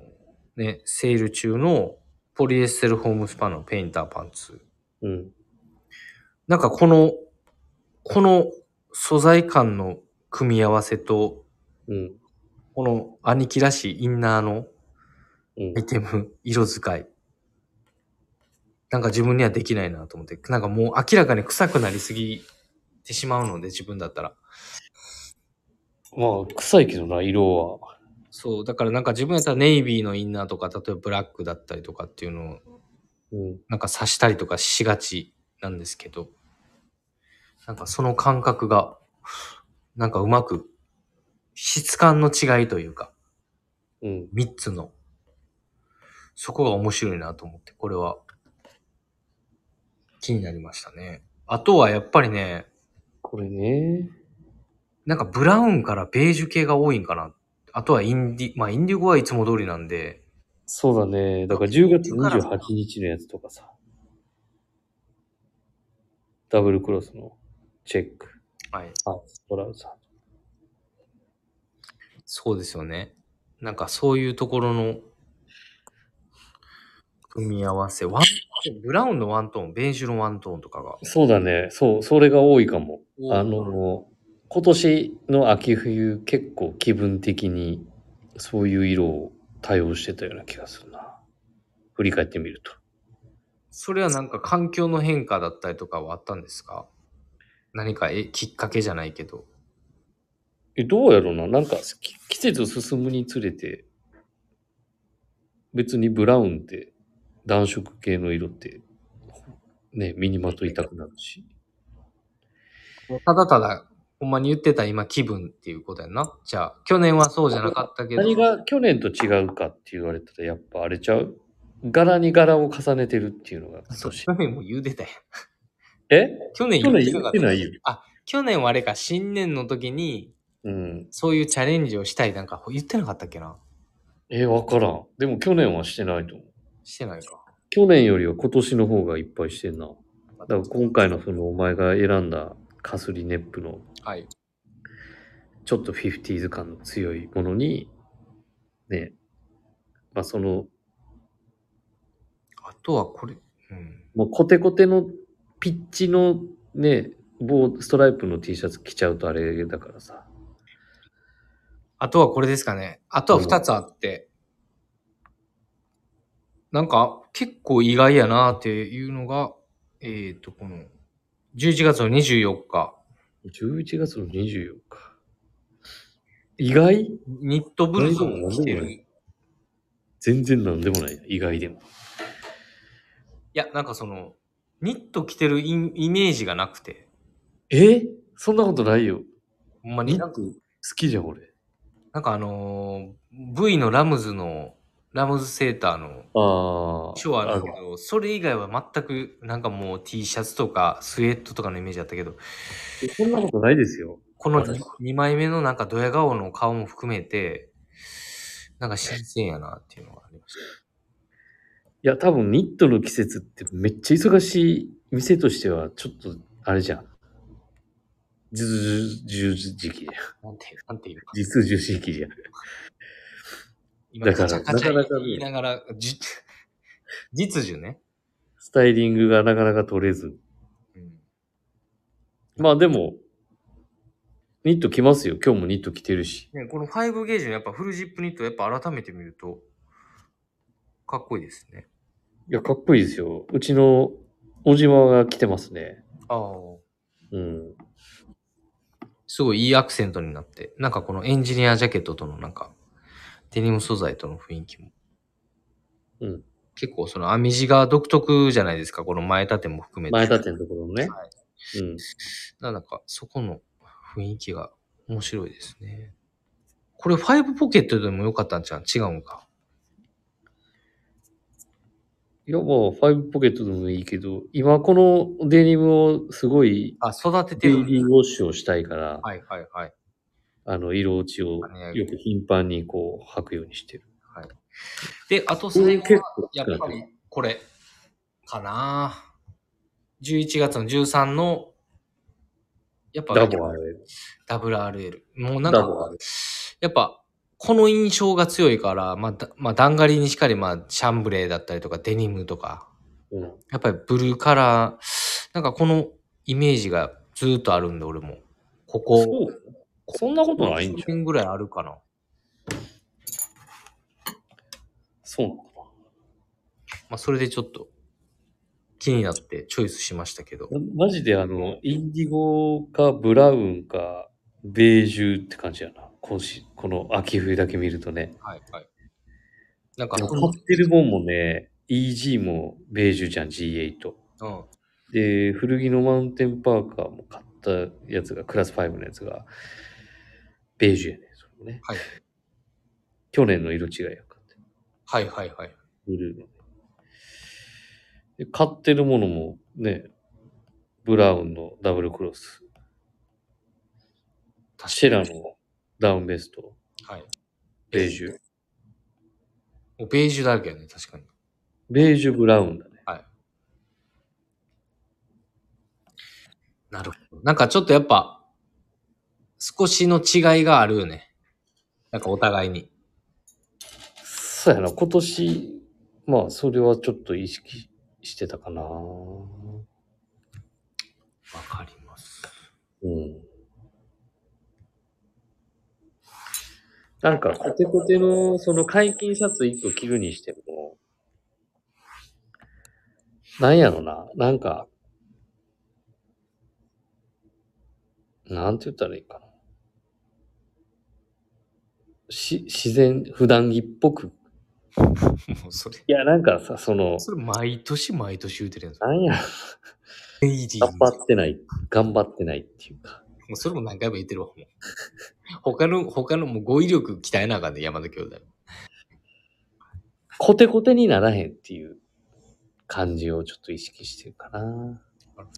Speaker 1: ね、セール中のポリエステルホームスパンのペインターパンツ。
Speaker 2: うん。
Speaker 1: なんかこの、この素材感の組み合わせと、
Speaker 2: うん。
Speaker 1: この兄貴らしいインナーの
Speaker 2: うん
Speaker 1: アイテム、色使い。なんか自分にはできないなと思って、なんかもう明らかに臭くなりすぎてしまうので、自分だったら。
Speaker 2: まあ、臭いけどな、色は。
Speaker 1: そう、だからなんか自分やったらネイビーのインナーとか、例えばブラックだったりとかっていうのを
Speaker 2: うん。
Speaker 1: なんか刺したりとかしがちなんですけど、なんかその感覚が、なんかうまく、質感の違いというか、
Speaker 2: うん。
Speaker 1: 3つの、そこが面白いなと思って、これは気になりましたね。あとはやっぱりね、
Speaker 2: これね。
Speaker 1: なんかブラウンからベージュ系が多いんかな。あとはインディ、まあインディゴはいつも通りなんで、
Speaker 2: そうだね。だから10月28日のやつとかさ。ダブルクロスのチェック。
Speaker 1: はい。
Speaker 2: あ、トラウザ
Speaker 1: そうですよね。なんかそういうところの組み合わせ。ワンブラウンのワントーン、ベージュのワントーンとかが
Speaker 2: ー。そうだね。そう、それが多いかも。あ
Speaker 1: うん
Speaker 2: の、今年の秋冬、結構気分的にそういう色を対応してたような気がするな。振り返ってみると。
Speaker 1: それはなんか環境の変化だったりとかはあったんですか何かえきっかけじゃないけど。
Speaker 2: え、どうやろうな。なんか、き季節進むにつれて、別にブラウンって暖色系の色って、ね、身にまといたくなるし。
Speaker 1: ただただ、ほんまに言ってた今気分っていうことやんな。じゃあ、去年はそうじゃなかったけど。
Speaker 2: 何が去年と違うかって言われたらやっぱあれちゃう柄に柄を重ねてるっていうのが今
Speaker 1: そう
Speaker 2: 年
Speaker 1: 去。年も言うてたやん。
Speaker 2: え
Speaker 1: 去年
Speaker 2: 去
Speaker 1: 言
Speaker 2: 年
Speaker 1: ってな
Speaker 2: 言
Speaker 1: か
Speaker 2: っ
Speaker 1: ってた。
Speaker 2: ないよ。
Speaker 1: 去年はあれか、新年の時に、
Speaker 2: うん。
Speaker 1: そういうチャレンジをしたいなんか言ってなかったっけな
Speaker 2: え、わからん。でも去年はしてないと思う。
Speaker 1: してないか。
Speaker 2: 去年よりは今年の方がいっぱいしてんな。だから今回のそのお前が選んだカスリネップの
Speaker 1: はい。
Speaker 2: ちょっとフィフティーズ感の強いものに、ね、まあその、
Speaker 1: あとはこれ、うん。
Speaker 2: もうコテコテのピッチのね、棒、ストライプの T シャツ着ちゃうとあれだからさ。
Speaker 1: あとはこれですかね。あとは2つあって、なんか結構意外やなっていうのが、えっ、と、この、11月の24日、
Speaker 2: 11月の24日。意外
Speaker 1: ニットブルゾンを着てる。
Speaker 2: 何
Speaker 1: い
Speaker 2: 全然なんでもない。意外でも。
Speaker 1: や、なんかその、ニット着てるインイメージがなくて、
Speaker 2: えそんなことないよ。
Speaker 1: ほんまに
Speaker 2: ニ
Speaker 1: なん
Speaker 2: ッ
Speaker 1: か
Speaker 2: ト好きじゃん、俺。
Speaker 1: なんかあのー、V のラムズの、ラムズセーターの
Speaker 2: ああ。
Speaker 1: 衣装ある
Speaker 2: あ
Speaker 1: けど、それ以外は全くなんかもう T シャツとかスウェットとかのイメージだったけど、
Speaker 2: そんなことないですよ。
Speaker 1: この
Speaker 2: 私
Speaker 1: 2枚目のなんかドヤ顔の顔も含めて、なんか新鮮やなっていうのがありまし
Speaker 2: いや、多分ニットの季節ってめっちゃ忙しい店としては、ちょっと、あれじゃん。十十時期じゃん。
Speaker 1: た。なんて、なんていうか。
Speaker 2: 実十時期じゃん。
Speaker 1: 今、
Speaker 2: だか
Speaker 1: カ
Speaker 2: ら
Speaker 1: チャカチャ
Speaker 2: なかなかね
Speaker 1: 言いながら、じ 実需ね。
Speaker 2: スタイリングがなかなか取れず。
Speaker 1: うん
Speaker 2: まあでも、ニット着ますよ。今日もニット着てるし。
Speaker 1: ね、この5ゲージのやっぱフルジップニットやっぱ改めて見ると、かっこいいですね。
Speaker 2: いや、かっこいいですよ。うちの小島が着てますね。
Speaker 1: ああ。
Speaker 2: うん。
Speaker 1: すごいいいアクセントになって、なんかこのエンジニアジャケットとのなんか、デニム素材との雰囲気も。
Speaker 2: うん。
Speaker 1: 結構その編み地が独特じゃないですか、この前立ても含めて。
Speaker 2: 前立てのところのね。
Speaker 1: はい
Speaker 2: うん。
Speaker 1: なんか、そこの雰囲気が面白いですね。これ、ファイブポケットでもよかったんじゃん違うんか。
Speaker 2: いや、まあ、ファイブポケットでもいいけど、今このデニムをすごい、
Speaker 1: あ、育てて
Speaker 2: デイ
Speaker 1: る。
Speaker 2: リーウォッシュをしたいから、
Speaker 1: はいはいはい。
Speaker 2: あの、色落ちをよく頻繁にこう、履くようにしてる。
Speaker 1: で、あと最後は、
Speaker 2: 構
Speaker 1: やっぱりこれ、かな11月の13の、やっぱ
Speaker 2: ダボある。
Speaker 1: ダブル RL。もうなん
Speaker 2: ダボあ
Speaker 1: か、
Speaker 2: る。
Speaker 1: やっぱ、この印象が強いから、まあ、だまあ、ダンガリにしかり、まあ、シャンブレーだったりとか、デニムとか、
Speaker 2: うん。
Speaker 1: やっぱりブルーカラー、なんかこのイメージがずーっとあるんで、俺も。ここ、
Speaker 2: そうそんなことないんじゃん。
Speaker 1: 年ぐらいあるかな。
Speaker 2: そうなのか
Speaker 1: まあ、それでちょっと気になってチョイスしましたけど。
Speaker 2: なマジであの、インディゴかブラウンかベージュって感じやな。こうしこの秋冬だけ見るとね。
Speaker 1: はいはい。なんか、
Speaker 2: 買
Speaker 1: うん
Speaker 2: ってるもんもね、EG もベージュじゃん、G8。
Speaker 1: うん。
Speaker 2: で、古着のマウンテンパーカーも買ったやつが、クラス5のやつが、ベージュやね。それもね
Speaker 1: はい
Speaker 2: 去年の色違いやかって。
Speaker 1: はいはいはい。
Speaker 2: ブルーのね。で買ってるものもね、ブラウンのダブルクロス、シェラのダウンベスト、
Speaker 1: はい。
Speaker 2: ベージュ。
Speaker 1: もうベージュだらけやね、確かに。
Speaker 2: ベージュブラウンだね。
Speaker 1: なるほど。なんかちょっとやっぱ、少しの違いがあるよね。なんかお互いに。
Speaker 2: そうやな、今年、まあ、それはちょっと意識してたかな。
Speaker 1: わかります。
Speaker 2: うん。なんか、コテコテの、その解禁シャツ1個着るにしても、なんやろな、なんか、なんて言ったらいいかな。し、自然、普段着っぽく。
Speaker 1: もうそれ、
Speaker 2: いや、なんかさ、その、
Speaker 1: それ毎年毎年言うてるやん。
Speaker 2: なんやろ
Speaker 1: ベイジー
Speaker 2: 頑
Speaker 1: ズ。
Speaker 2: 張
Speaker 1: も
Speaker 2: ってない、頑張ってないっていうか。
Speaker 1: うそれも何回も言ってるわ。もう他の、他のもう語彙力鍛えなあかんね、山田兄弟。
Speaker 2: コテコテにならへんっていう感じをちょっと意識してるかな。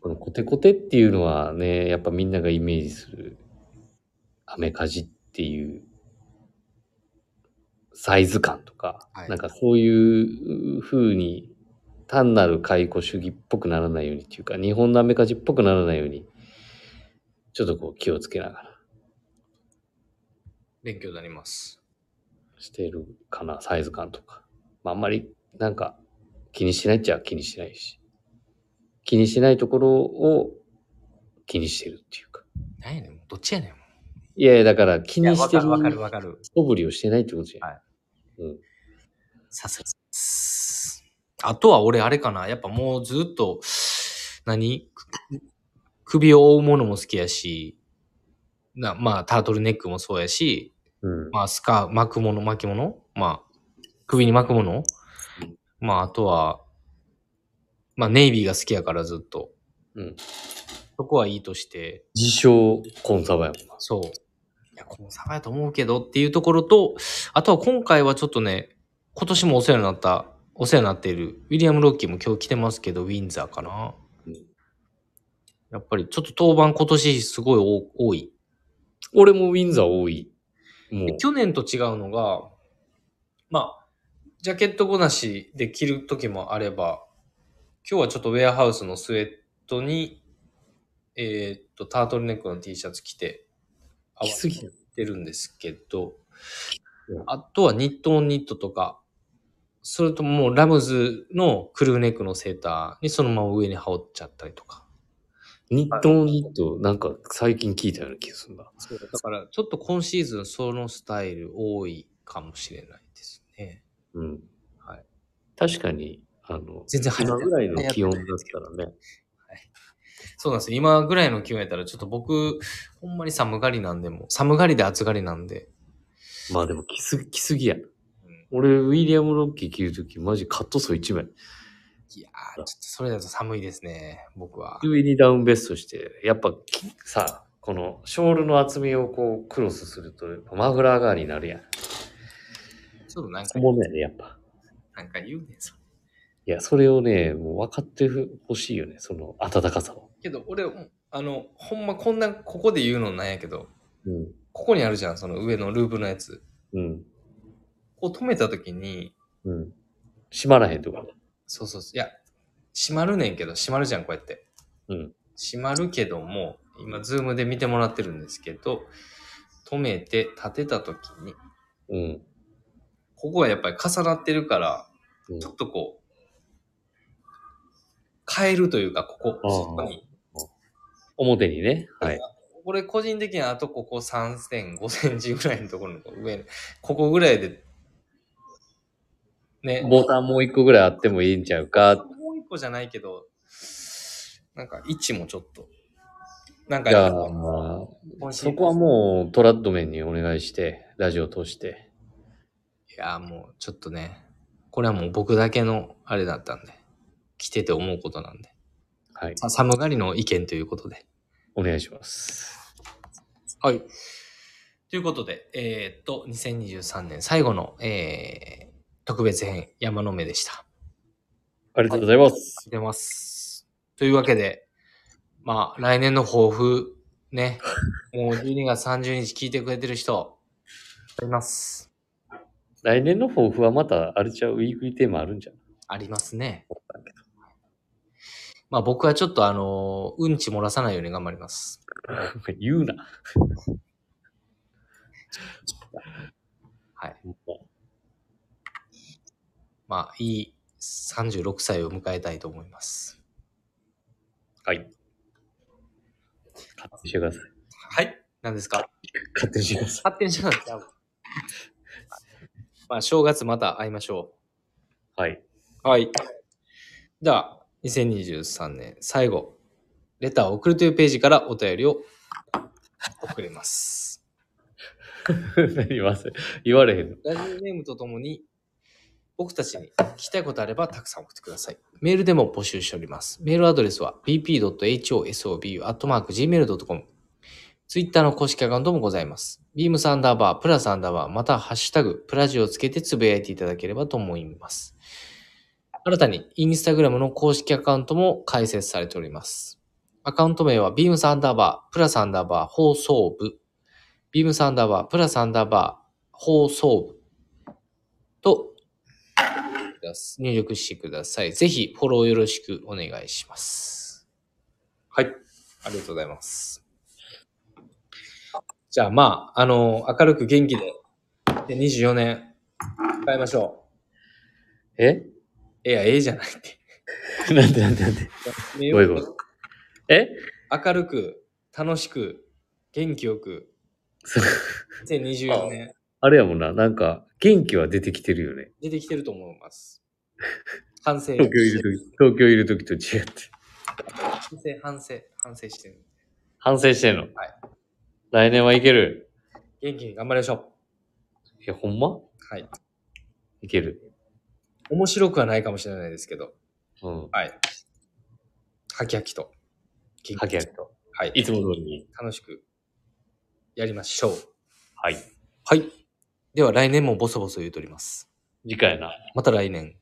Speaker 2: このコテコテっていうのはね、やっぱみんながイメージするアメカジっていうサイズ感とか、
Speaker 1: はい
Speaker 2: なんかそういう風に単なる解雇主義っぽくならないようにっていうか、日本のアメカジっぽくならないように、ちょっとこう気をつけながら
Speaker 1: 勉強になります。
Speaker 2: してるかな、サイズ感とか。まああんまりなんか気にしないっちゃ気にしないし。気にしないところを気にしてるっていうか。
Speaker 1: 何やねん、もうどっちやねん。
Speaker 2: いやいや、だから気にしてる
Speaker 1: わかるわかるわかる。
Speaker 2: 素振りをしてないってことじゃん。
Speaker 1: はい
Speaker 2: うん。
Speaker 1: さすがです。あとは俺あれかな。やっぱもうずっと、何く首を覆うものも好きやし、なまあタートルネックもそうやし、
Speaker 2: うん。
Speaker 1: まあスカー、巻くもの、巻き物まあ、首に巻くものまああとは、まあネイビーが好きやからずっと。
Speaker 2: うん。
Speaker 1: そこはいいとして、
Speaker 2: 自称コンサバやもんな。
Speaker 1: そう。いや、この差やと思うけどっていうところと、あとは今回はちょっとね、今年もお世話になった、お世話になっている、ウィリアム・ロッキーも今日来てますけど、ウィンザーかな。
Speaker 2: うん
Speaker 1: やっぱりちょっと当番今年すごい多多い。
Speaker 2: 俺もウィンザー多い。もう。
Speaker 1: 去年と違うのが、まあ、ジャケットごなしで着る時もあれば、今日はちょっとウェアハウスのスウェットに、えーっと、タートルネックの T シャツ着て、合わ
Speaker 2: 来
Speaker 1: せ
Speaker 2: すぎた。
Speaker 1: ってるんですけど
Speaker 2: うん、
Speaker 1: あとはニットオンニットとか、それとももうラムズのクルーネックのセーターにそのまま上に羽織っちゃったりとか。
Speaker 2: ニットのニット、なんか最近聞いたような気がするな。
Speaker 1: そうだからちょっと今シーズンそのスタイル多いかもしれないですね。
Speaker 2: うん。
Speaker 1: はい。
Speaker 2: 確かに、あの、
Speaker 1: 全然流行
Speaker 2: 今
Speaker 1: って
Speaker 2: ぐらいの気温だ
Speaker 1: 流
Speaker 2: っ
Speaker 1: 行って
Speaker 2: たらね。
Speaker 1: そうなんですよ。今ぐらいの気温やったらちょっと僕、ほんまに寒がりなんでもう、寒がりで暑がりなんで、
Speaker 2: まあでも着すぎ、着すぎや。
Speaker 1: うん
Speaker 2: 俺、ウィリアム・ロッキー着るとき、マジカットソー1枚。
Speaker 1: いやー、ちょっとそれだと寒いですね、僕は。
Speaker 2: 上にダウンベストして、やっぱきさ、このショールの厚みをこうクロスすると、やっぱマフラー代わりになるやん。
Speaker 1: ちょっとなんか
Speaker 2: 小、物やね、やっぱ。
Speaker 1: なんか言うねん、それ
Speaker 2: いや、それをね、もう分かってほしいよね、その温かさを。
Speaker 1: けど俺うんあのほんまこんなここで言うのなんやけど
Speaker 2: うん。
Speaker 1: ここにあるじゃんその上のループのやつ
Speaker 2: うん。
Speaker 1: こう止めた時に
Speaker 2: うん。閉まらへんとか。
Speaker 1: そうそうそういや閉まるねんけど閉まるじゃんこうやって
Speaker 2: うん。
Speaker 1: 閉まるけども今ズームで見てもらってるんですけど止めて立てた時に
Speaker 2: うん。
Speaker 1: ここはやっぱり重なってるから
Speaker 2: うん
Speaker 1: ちょっとこう変えるというかここ
Speaker 2: あー
Speaker 1: そこに
Speaker 2: 表にね。はい。
Speaker 1: 俺個人的にはあとここ3セン5センチぐらいのところの上、ここぐらいで、ね、
Speaker 2: ボタンもう一個ぐらいあってもいいんちゃうか。
Speaker 1: もう一個じゃないけど、なんか位置もちょっと、なんか
Speaker 2: じゃあ、
Speaker 1: 今シーズ
Speaker 2: そ
Speaker 1: ン
Speaker 2: こはもうトラッドメンにお願いして、ラジオ通して。
Speaker 1: いや、もうちょっとね、これはもう僕だけのあれだったんで、来てて思うことなんで、
Speaker 2: はい。
Speaker 1: さ寒がりの意見ということで。
Speaker 2: お願いします。
Speaker 1: はい。ということで、えーっと、2023年最後の、えー特別編、山の目でした。
Speaker 2: ありがとうございます。
Speaker 1: 出ます。というわけで、まあ、来年の抱負、ね、 もう12月30日聞いてくれてる人、あります。
Speaker 2: 来年の抱負はまた、あれちゃう、ウィークリーテーマあるんじゃん。
Speaker 1: ありますね。まあ僕はちょっとあの、うんち漏らさないように頑張ります。
Speaker 2: 言うな。
Speaker 1: はい。まあ、いい36歳を迎えたいと思います。
Speaker 2: はい。勝手にしてください。
Speaker 1: はい。何ですか
Speaker 2: 勝手にしてくださ
Speaker 1: 発展しなくちゃう。 まあ、正月また会いましょう。
Speaker 2: い。はい。
Speaker 1: はい。では、2023年最後、レターを送るというページからお便りを送ります。
Speaker 2: 何忘れ、言われへんの。
Speaker 1: ラジオネームとともに、僕たちに聞きたいことあればたくさん送ってください。メールでも募集しております。メールアドレスは bp.hosobu.gmail.com。ツイッターの公式アカウントもございます。ビームサンダーバー、プラサンダーバー、またはハッシュタグ、プラジをつけてつぶやいていただければと思います。新たにインスタグラムの公式アカウントも開設されております。アカウント名はビームサンダーバー、プラサンダーバー放送部、ビームサンダーバー、プラサンダーバー放送部と入力してください。ぜひフォローよろしくお願いします。はい。ありがとうございます。じゃあまあ、あの、明るく元気で、で24年、迎えましょう。
Speaker 2: え
Speaker 1: いや、ええじゃないって。
Speaker 2: なんでなんでなんで。
Speaker 1: 目
Speaker 2: ごめんごめん
Speaker 1: を
Speaker 2: え
Speaker 1: 明るく、楽しく、元気よく、
Speaker 2: そう
Speaker 1: 2024年
Speaker 2: あれやもんな、なんか、元気は出てきてるよね。
Speaker 1: 出てきてると思います。反省。
Speaker 2: 東京いるとき、東京いるときと違って。
Speaker 1: 反省、反省、反省してる。
Speaker 2: 反省してんの。
Speaker 1: はい
Speaker 2: 来年はいける。
Speaker 1: 元気に頑張りましょ
Speaker 2: いや、ほんま
Speaker 1: う。はい。
Speaker 2: いける。
Speaker 1: 面白くはないかもしれないですけど、
Speaker 2: うん。
Speaker 1: はい。はきはきと。元気
Speaker 2: はきはきと。
Speaker 1: はい。
Speaker 2: いつも通りに。
Speaker 1: 楽しくやりましょう。
Speaker 2: はい。
Speaker 1: はい。では来年もボソボソ言うとります。
Speaker 2: 次回な。
Speaker 1: また来年。